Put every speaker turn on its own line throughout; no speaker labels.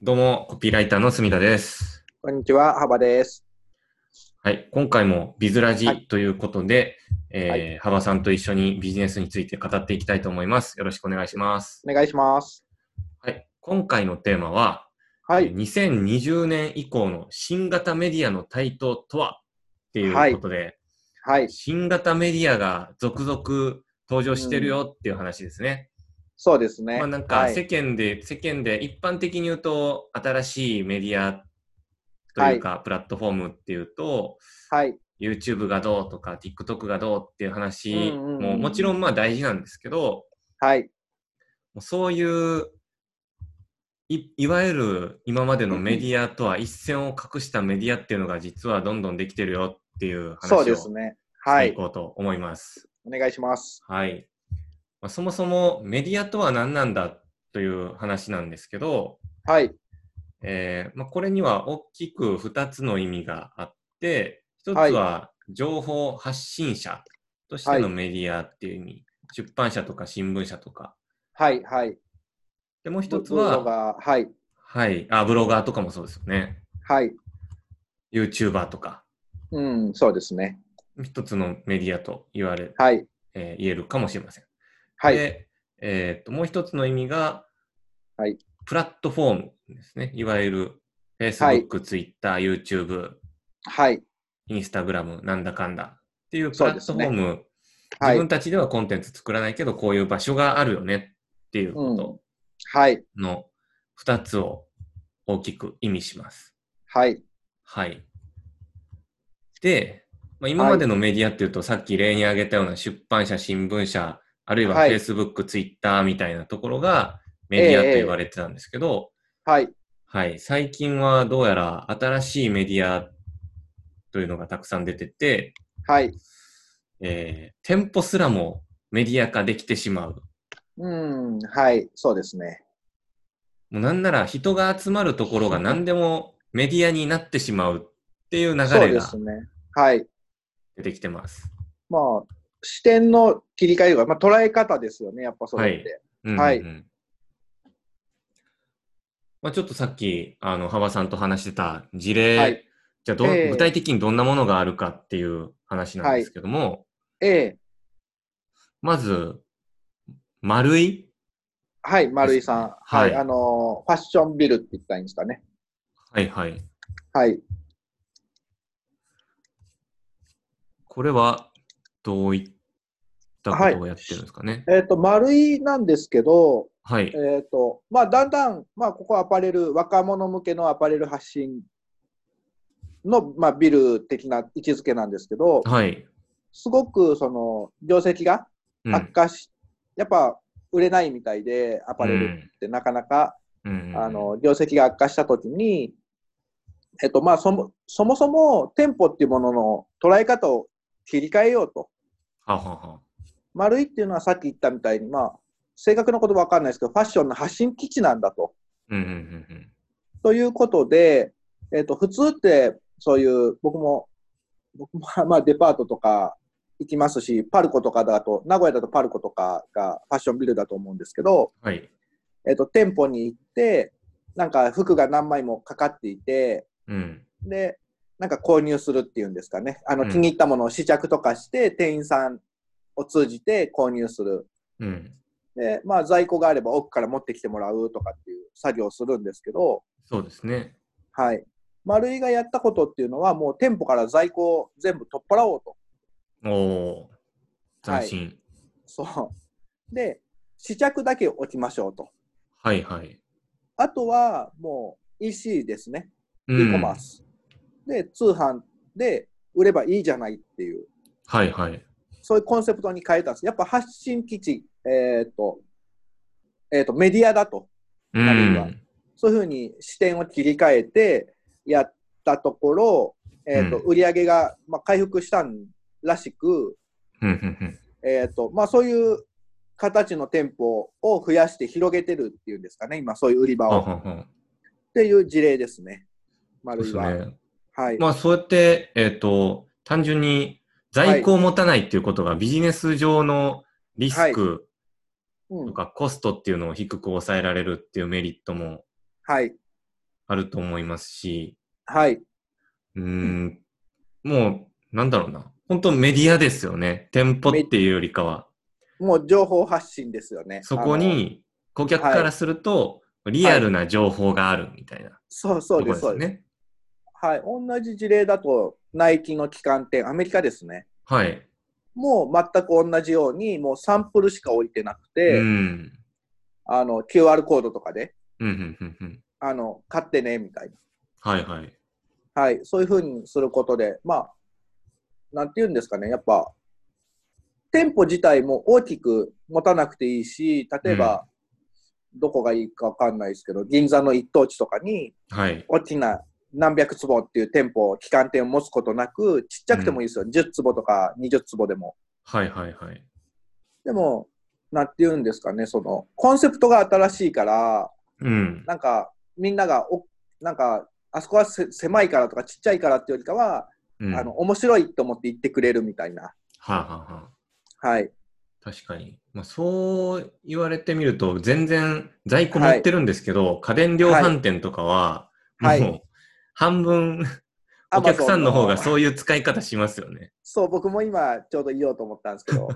どうも、コピーライターの隅田です。
こんにちは、幅です。
はい、今回もビズラ
は
ジ
い
ということで、
は
えー、
い
幅さんと一緒にビジネスについて語っていきたいと思います。よろしくお願いします。
お願いします。
はい、今回のテーマは、
は
えー
い、
2020年以降の新型メディアの台頭とはっていうことで、
はい、
新型メディアが続々登場してるよっていう話ですね。
そうですね。
まあなんか
はい
世間で、世間で一般的に言うと、新しいメディアというか、プラットフォームっていうと、
はい、
YouTube がどうとか TikTok がどうっていう話
うんうんうん
ももちろんまあ大事なんですけど
はい、
もうそういういいわゆる今までのメディアとは一線を画したメディアっていうのが実はどんどんできてるよっていう話
そ
を
うで
し
す
て
ね。はいい、
こうと思います。
お願いします。
はいまあ、そもそもメディアとは何なんだという話なんですけど、
はい、
えーまあ、これには大きく2つの意味があって1
はい
つは情報発信者としてのメディアっていう意味、出版社とか新聞社とか
はい、はい。
でもう1つ
ブロ
は、
ガーはい、
はい、あブロガーとかもそうですよね
はい、
YouTuber とか
うん、そうですね。
1つのメディアと言われ、
はい、
えー言えるかもしれません、
はい、
で、えーともう1つの意味が、
はい
プラットフォームですねいわゆる Facebook、
はい
Twitter、YouTube
はい、
インスタグラム、なんだかんだっていうプ
そう
ラッ
で
ト
す
フ
ね
ォーム、
は
自
い
分、たちではコンテンツ作らないけど、こういう場所があるよねっていうこ
はい、
との2つを大きく意味します。
はい、
はい。で、まあ、今までのメディアっていうと、さっき例に挙げたような出版社、新聞社、あるいは
はい
Facebook、Twitter みたいなところがメディアと言われてたんですけど、
はい、
はい、最近はどうやら新しいメディアというのがたくさん出てて、
はい、
えー店舗すらもメディア化できてしまう。
うん、はい、そうですね。
もうなんなら人が集まるところが何でもメディアになってしまうっていう流れが
そうですね。はい。
出てきてます。
まあ、視点の切り替えというか、まあ、捉え方ですよね、やっぱそれって。
うんうんうん
はい
まあ、ちょっとさっき、あの、幅さんと話してた事
は
例、
い、
じゃあど、
ええ
具体的にどんなものがあるかっていう話なんですけども、
ええ
まず、丸い
はい、丸井さん。
は
はいい、あのーファッションビルって言ったらいいんですかね。
はいはい。
はい。
これは、どういったことをやってるんですかね。
えっ、と、丸いなんですけど、
はい。
えっ、と、まあ、だんだん、まあ、ここはアパレル、若者向けのアパレル発信の、まあ、ビル的な位置づけなんですけど、
はい。
すごく、その、業績が
うん
悪化し、やっぱ、売れないみたいで、アパレルってなかなか、
うんうん
あの、業績が悪化したときに、えっ、と、まあそも、そもそも店舗っていうものの捉え方を切り替えようと。
ははは。
丸いっていうのはさっき言ったみたいに、まあ、正確なことわかんないですけど、ファッションの発信基地なんだと。
うんうんうん
ということで、えっと普通ってそういう僕も僕もまあデパートとか行きますしパルコとかだと名古屋だとパルコとかがファッションビルだと思うんですけど、
うん。はい。
えっと店舗に行ってなんか服が何枚もかかっていて
うん。
でなんか購入するっていうんですかねあ
う
の
ん
気に入ったものを試着とかして店員さんを通じて購入する
うん。
で、まあ、在庫があれば奥から持ってきてもらうとかっていう作業をするんですけど、
そうですね。
はい。丸井がやったことっていうのは、もう店舗から在庫を全部取っ払おうと。
おお。斬新。
そう。で、試着だけ置きましょうと。
はいはい。
あとは、もう EC ですね。
う
e
ん
コマース。で、通販で売ればいいじゃないっていう、
はいはい。
そういうコンセプトに変えたんです。やっぱ発信基地、えっ、と、えっ、と、メディアだと。
う
あるいは
ん。
そういうふうに視点を切り替えてやったところ、えっ、と、
うん
売り上げが、まあ、回復したんらしく、
うんうんうん
えーとまあ、そういう形の店舗を増やして広げてるっていうんですかね、今、そういう売り場
はは
を。っ
は。
ていう事例ですね、
そうで
丸い
す
は。
ね。
はい、
まあそうやって、えっと、単純に在庫を持たないっていうことがビジネス上のリスク
う
と
ん
かコストっていうのを低く抑えられるっていうメリットも
はい、
あると思いますし、
はい。
うーん、もう、なんだろうな。本当メディアですよね。店舗っていうよりかは。
もう情報発信ですよね。
そこ
あの。
に、顧客からすると、リアルな情報があるみたいな
そう
と
そ
こ
う
ろ
で、
ですす
そう
よ
です。
ね。
はい。同じ事例だと、ナイキの旗艦店、アメリカですね。
はい。
もう全く同じように、もうサンプルしか置いてなくて、
うん。
あの、QR コードとかで、
うん、うん、うん、うん。
あの、買ってね、みたい
はい、はい。
な。はい。そういうふうにすることで、まあ、なんて言うんですかね、やっぱ、店舗自体も大きく持たなくていいし、例えば、どこがいいかわかんないですけど、銀座の一等地とかに、
はい。
大きな何百坪っていう店舗、旗艦店を持つことなく、ちっちゃくてもいいですよ。10坪とか20坪でも。
はい、はい、はい。
でも、なんて言うんですかね、その、コンセプトが新しいから、
うん。
なんか、みんながお、なんか、あそこはせ狭いからとかちっちゃいからっていうよりかは、
うん、
あ
は
の、面白いと思って行ってくれるみたいな。
あ、はあ、はあ。
はい。
確かに。まあ、そう言われてみると、全然在庫持ってるんですけど、家電量販店とかは、
はい
もう、半分、お客さんの方が
Amazon の
そういう使い方しますよね。
そう、僕も今ちょうど言おうと思ったんですけ ど、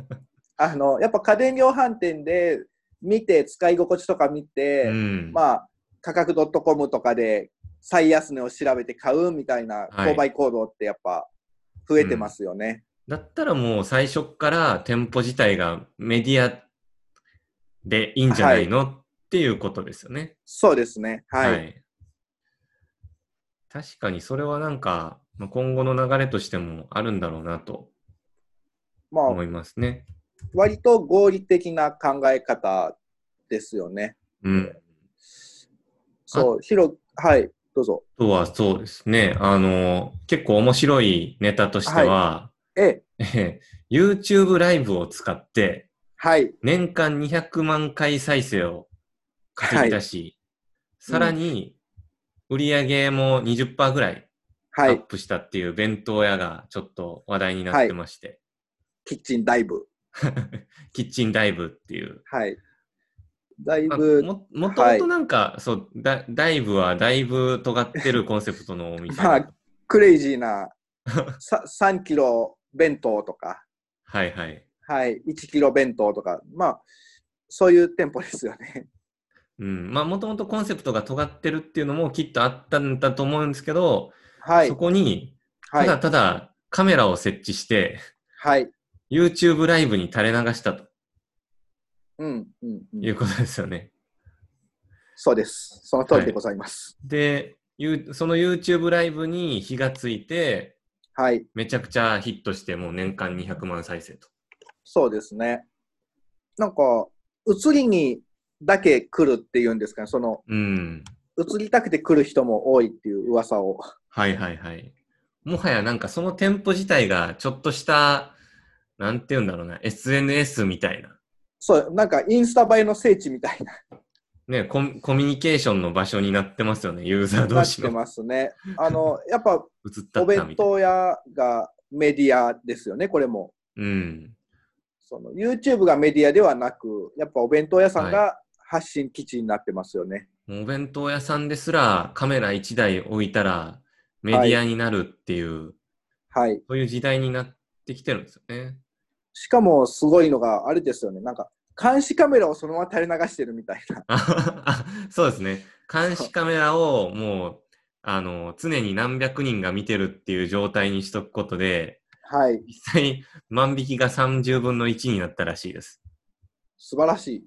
あの、やっぱ家電量販店で見て、使い心地とか見て、
うん。
まあ、価格 .com とかで最安値を調べて買うみたいな
はい
購買行動ってやっぱ増えてますよね。
だったらもう最初から店舗自体がメディアでいいんじゃないの、っていうことですよね。
そうですね。はい。
確かにそれはなんか、まあ、今後の流れとしてもあるんだろうなと
ま
思
あ、
いますね。
割と合理的な考え方ですよね。
うん。
そう、広く、はい、どうぞ。
あとはそうですね。あの、結構面白いネタとしては、
ええ、
えー YouTube ライブを使って、
はい、
年間200万回再生を稼ぎ出し、さらに、売り上げも20%ぐらいア
は
ッ
い、
プしたっていう弁当屋がちょっと話題になってまして、
キッチンだいぶ。
キッチンダイブっていう。
はい。だい
まあ
ぶ、
ももともとなんか、そうだ、ダイブはだいぶ尖ってるコンセプトのお店だ
まあ、クレイジ ーなさ3キロ弁当とか、
はいはい。
はい、1キロ弁当とか、まあ、そういう店舗ですよね。
うん、まあもともとコンセプトが尖ってるっていうのもきっとあったんだと思うんですけど、
はい
そ、こに
は
ただ
い、
ただカメラを設置して、
はい。
YouTube ライブに垂れ流したと
うん、うん、う。
いうんことですよね。
そうです。その通りでございます。
で、ゆその YouTube ライブに火がついて、
はい、
めちゃくちゃヒットして、もう年間200万再生と。
そうですね。なんか、移りにだけ来るっていうんですかね、その、
うん。
移りたくて来る人も多いっていう噂を。
はいはいはい。もはやなんかその店舗自体がちょっとした、なんて言うんだろうな、SNS みたいな。
そう、なんかインスタ映えの聖地みたいな、
ね、コミコミュニケーションの場所になってますよね、ユーザー
な
同
っ
士
て
の。
ますね。あの、やっぱ、
映った
お
った
弁
みたいな。
当屋がメディアですよね、これも。
うん。
その YouTube がメディアではなく、やっぱお弁当屋さんが発信基地になってますよね。
もうお弁当屋さんですらカメラ1台置いたらメディアになるっていう、
はい。
そういう時代になってきてるんですよね。
しかも、すごいのが、あれですよね、なんか、監視カメラをそのまま垂れ流してるみたいな。
ああ そうですね。監視カメラをもう、あの、常に何百人が見てるっていう状態にしとくことで、
はい。
実際万引きが30分の1になったらしいです。
素晴らし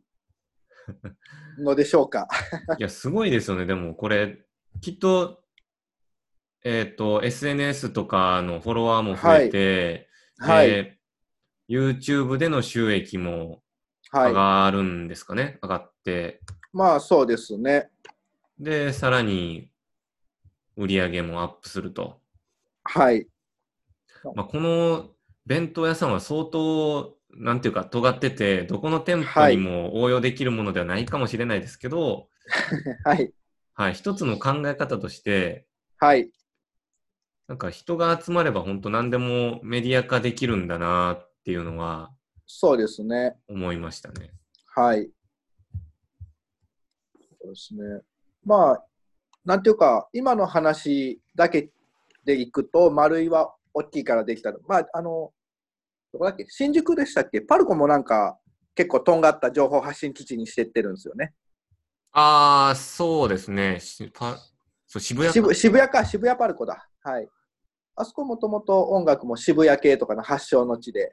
いのでしょうか。
いや、すごいですよね。でもこれ、きっと、えっ、と、SNS とかのフォロワーも増えて、
はい。
で YouTube での収益も上
は
がるんですかね、上がって。
い。まあそうですね。
で、さらに売り上げもアップすると。
はい。
まあ、この弁当屋さんは相当、なんていうか、尖ってて、どこの店舗にも応用できるものではないかもしれないですけど、
はい。
はい、一つの考え方として、
はい。
なんか人が集まれば本当何でもメディア化できるんだなっていうのは
そうですね。
思いましたね。
はい。そうですね。まあ、なんていうか、今の話だけでいくと、丸いは大きいからできたの。まあ、あの、どこだっけ新宿でしたっけパルコもなんか、結構とんがった情報発信基地にしてってるんですよね。
ああ、そうですね。しパそう渋谷
渋渋谷か、渋谷パルコだ。はい。あそこもともと音楽も渋谷系とかの発祥の地で、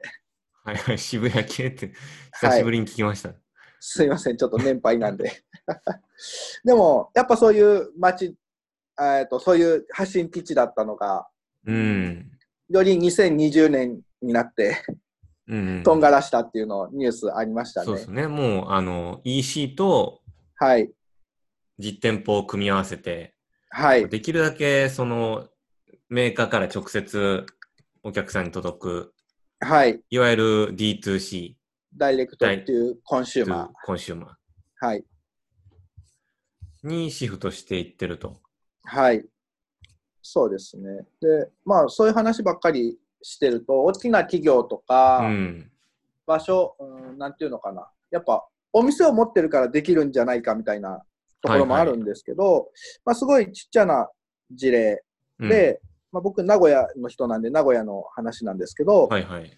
はいはい、渋谷系って、久しぶりに聞きました。
すいません、ちょっと年配なんで。 でも、やっぱそういう街、えーと、そういう発信基地だったのが、
うん。
より2020年になって、
うん。
とんがらしたっていうのニュースありました
そう
ね
で。すね。もう、あの、EC と
はい。
実店舗を組み合わせて、
はい。
できるだけ、その、メーカーから直接お客さんに届く、
はい。
いわゆる D2C、
ダイレクトっていうコンシューマ
コンシューマ
ー。はい。
ーにシフトしていってると。
はい。そうですね。で、まあ、そういう話ばっかりしてると、大きな企業とか、
うん。
場所、うん、なんていうのかな。やっぱ、お店を持ってるからできるんじゃないかみたいなところもあるんですけど、まあ、すごいちっちゃな事例
うん、
で、まあ、僕、名古屋の人なんで、名古屋の話なんですけど、
はいはい。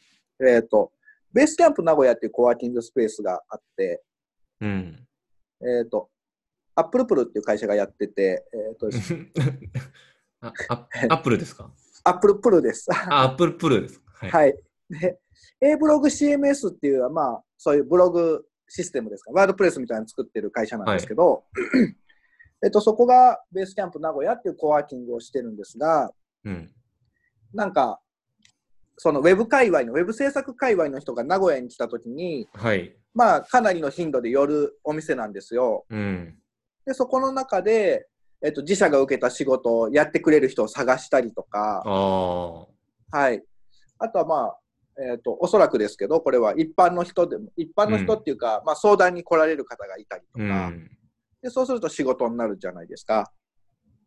えっ、と、ベースキャンプ名古屋っていうコワーキングスペースがあって、
うん。
えっ、と、アップルプルっていう会社がやってて、えっ、と、
ああアップルですか
アップルプルです。
あ、アップルプルです。はい。
はい。で、A ブログ CMS っていう、まあ、そういうブログシステムですか、ワードプレスみたいなの作ってる会社なんですけど、 えっと、そこがベースキャンプ名古屋っていうコワーキングをしてるんですが、
うん。
なんか、そのウェブ界隈の、ウェブ制作界隈の人が名古屋に来た時に、
はい。
まあ、かなりの頻度で寄るお店なんですよ。
うん。
で、そこの中で、えっと、自社が受けた仕事をやってくれる人を探したりとか
あ、あ。
はい。あとはまあ、えっ、と、おそらくですけど、これは一般の人でも、一般の人っていうか、まあ相談に来られる方がいたりと
う
か、
ん。
で、そうすると仕事になるじゃないですか。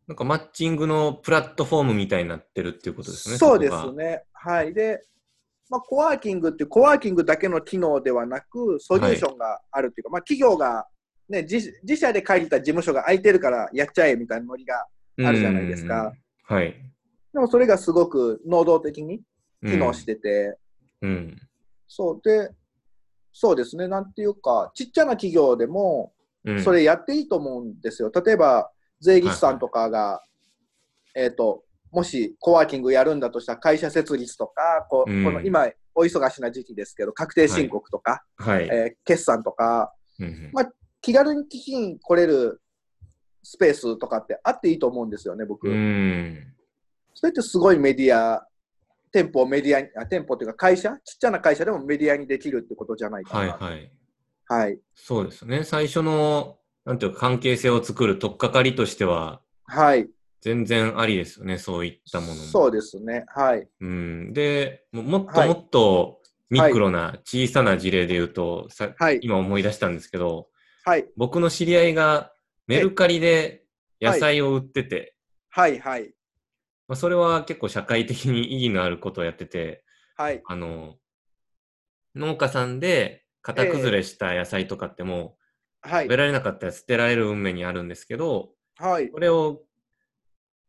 なんかマッチングのプラットフォームみたいになってるっていうことですね。
そうで
こ
す
が。
ね。はい。で、まあ、コワーキングっていう、コワーキングだけの機能ではなく、ソリューションがあるっていうか、まあ企業が、ね、自自社で借りた事務所が空いてるからやっちゃえみたいなノリが、あるじゃないですか
うん。はい。
でもそれがすごく能動的に
うん
機能し。てて、
うん。
そうで、そうですね、なんていうか、ちっちゃな企業でも、
うん
そ。れやっていいと思うんですよ。例えば、税理士さんとかが、えっ、と、もしコワーキングやるんだとしたら会社設立とか、こ
うん
この今、お忙しな時期ですけど、確定申告とか、
はい。
えー決算とか、
うん
ま気軽に聞きに来れるスペースとかってあっていいと思うんですよね、僕。
うん。
それってすごいメディア、店舗をメディアに、あ店舗っていうか会社、ちっちゃな会社でもメディアにできるってことじゃないか
はい
な。
はい。
はい。
そうですね。最初の、なんていうか、関係性を作る取っかかりとしては、
はい。
全然ありですよね。そういったものも。
そうですね。はい。
うん、で、ももっと
はい
もっとミクロな小さな事例で言うと、さ
はい
今思い出したんですけど、
はい。
僕の知り合いがメルカリで野菜を売ってて、
はい。はい。
まあ、それは結構社会的に意義のあることをやってて、
はい。
あの、農家さんで型崩れした野菜とかってもう
はい
食べ。られなかったら捨てられる運命にあるんですけど、
はい。
これを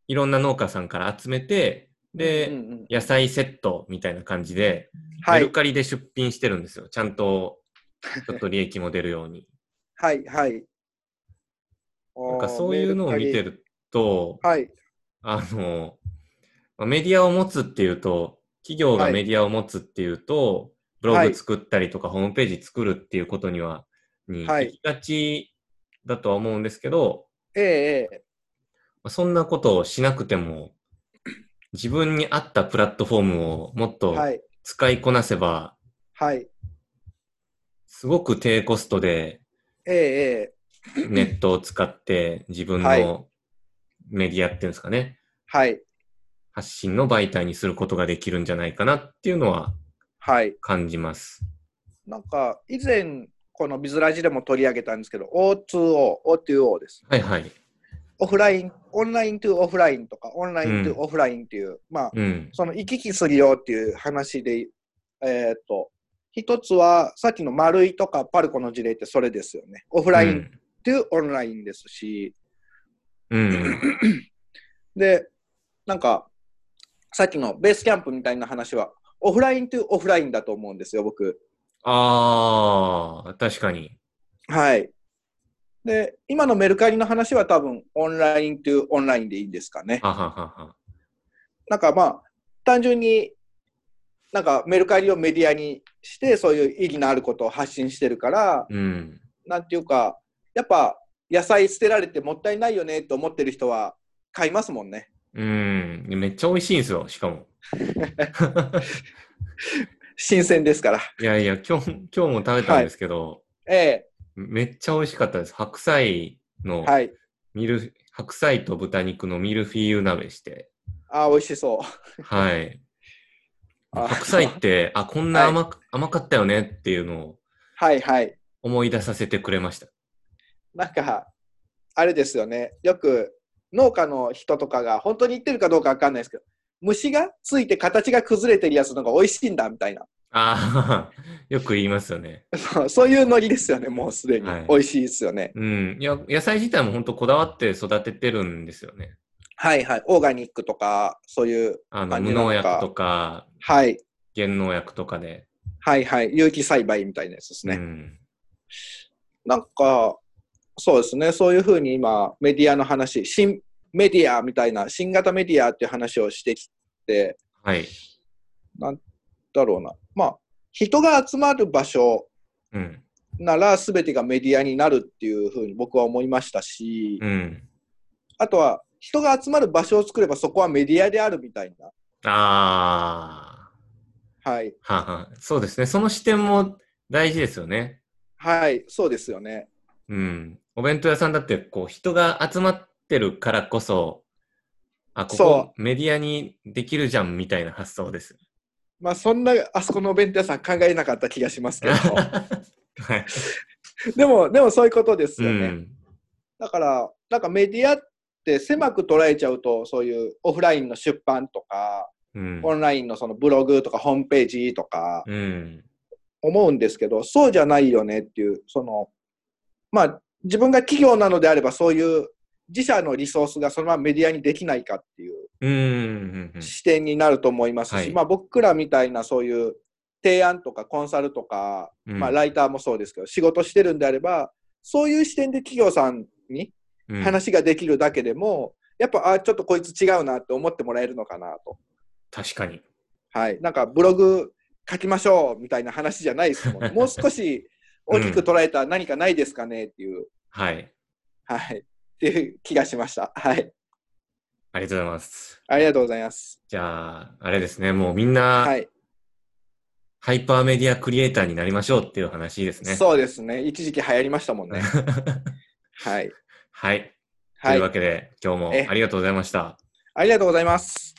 いろんな農家さんから集めて、で、
うんうん、
野菜セットみたいな感じで、
は
メル
い。
カリで出品してるんですよ。ちゃんと、ちょっと利益も出るよう に。
はい。はい。
な
なん
かそういうのを見て。ると、
はい。
あの、まあメディアを持つっていうと、企業が
はい
メディアを持つっていうと、ブログ作ったりとか、ホームページ作るっていうことには、に
はい
行きがちだとは思うんですけど、
ええええ
まあそんなことをしなくても、自分に合ったプラットフォームをもっと
はい。
使いこなせば、
はい。
すごく低コスト で
ええええ
ネットを使って自分
はい
のメディアっていうんですかね、
はい。
発信の媒体にすることができるんじゃないかなっていうのは
はい。
感じます。
なんか、以前、このビズラジでも取り上げたんですけど、O2O、O2O です。
はいはい。
オフライン、オンラインとオフラインとか、オンライン
う
と
ん
オフラインっていう、まあ、
うん。
その行き来するよっていう話で、えーっと、一つは、さっきの丸いとかパルコの事例ってそれですよね。オフ
オ
ラインっていうオンラインですし、
うん。
で、なんか、さっきのベースキャンプみたいな話は、オフラインとオフラインだと思うんですよ、僕。
ああ、確かに。
はい。で、今のメルカリの話は多分、オンラインとオンラインでいいんですかね。
はははは。
なんかまあ、単純に、なんかメルカリをメディアにして、そういう意義のあることを発信してるから、
うん。
なんていうか、やっぱ野菜捨てられてもったいないよねと思ってる人は買いますもんね。
うん。めっちゃ美味しいんですよ、しか も。
新鮮ですから。
いやいや、今日、今日も食べたんですけど、
え
めっちゃ美味しかったです。白菜
え
の、
はい。
ミル、白菜と豚肉のミルフィーユ鍋して、
あー美味しそう。
はい。
あ
白菜って、あ、こんな甘く、甘かったよねっていうのを
はいはい。
思い出させてくれました。
なんか、あれですよね。よく農家の人とかが、本当に言ってるかどうかわかんないですけど、虫がついて形が崩れてるやつの方が美味しいんだみたいな。
ああ、よく言いますよね。
そうそういうノリですよね、もうすでに。
はい
美味しいですよね。
うん。いや、野菜自体も本当こだわって育ててるんですよね。
はいはい。オーガニックとか、そういう、
あの、
感じ
無
なのか
農薬とか、
はい。
減農薬とかで。
はいはい。有機栽培みたいなやつですね。
うん。
なんか、そうですね、そういうふうに今、メディアの話、新メディアみたいな、新型メディアっていう話をしてきて、
はい。
なんだろうな、まあ、人が集まる場所
うん。
なら、すべてがメディアになるっていうふうに僕は思いましたし、
うん。
あとは、人が集まる場所を作れば、そこはメディアであるみたいな。
あ
はい、
あ、はは。そうですね。その視点も大事ですよね。
はい、そうですよね。
うん。お弁当屋さんだって、こう、人が集まってるからこそ、あ、ここ
そ
メディアにできるじゃんみたいな発想です。
まあ、そんな、あそこのお弁当屋さん考えなかった気がしま すけど、
はい。
でも、でもそういうことです
う
よね。
ん。
だから、なんかメディアって狭く捉えちゃうと、そういうオフラインの出版とか、
うん。
オンラインのそのブログとかホームページとか
うん。
思うんですけど、そうじゃないよねっていう、その、まあ、自分が企業なのであれば、そういう自社のリソースがそのままメディアにできないかっていう
うんうんうん
視点になると思いますし、
はい
まあ僕らみたいなそういう提案とかコンサルとか、
うん。
まあライターもそうですけど、仕事してるんであれば、そういう視点で企業さんに
うん
話ができるだけでも、やっぱあちょっとこいつ違うなって思ってもらえるのかなと。
確かに。
はい。なんかブログ書きましょうみたいな話じゃないですも んね。もう少し大きく捉えた何かないですかねっていう、
はい。
はい。っていう気がしました。はい。
ありがとうございます。
ありがとうございます。
じゃあ、あれですね。もうみん
は
な、
い。
ハイパーメディアクリエイターになりましょうっていう話ですね。
そうですね。一時期流行りました もんね。はい。
はい。と
はいいう
わ。けで、今日も
え
ありがとうございました。
ありがとうございます。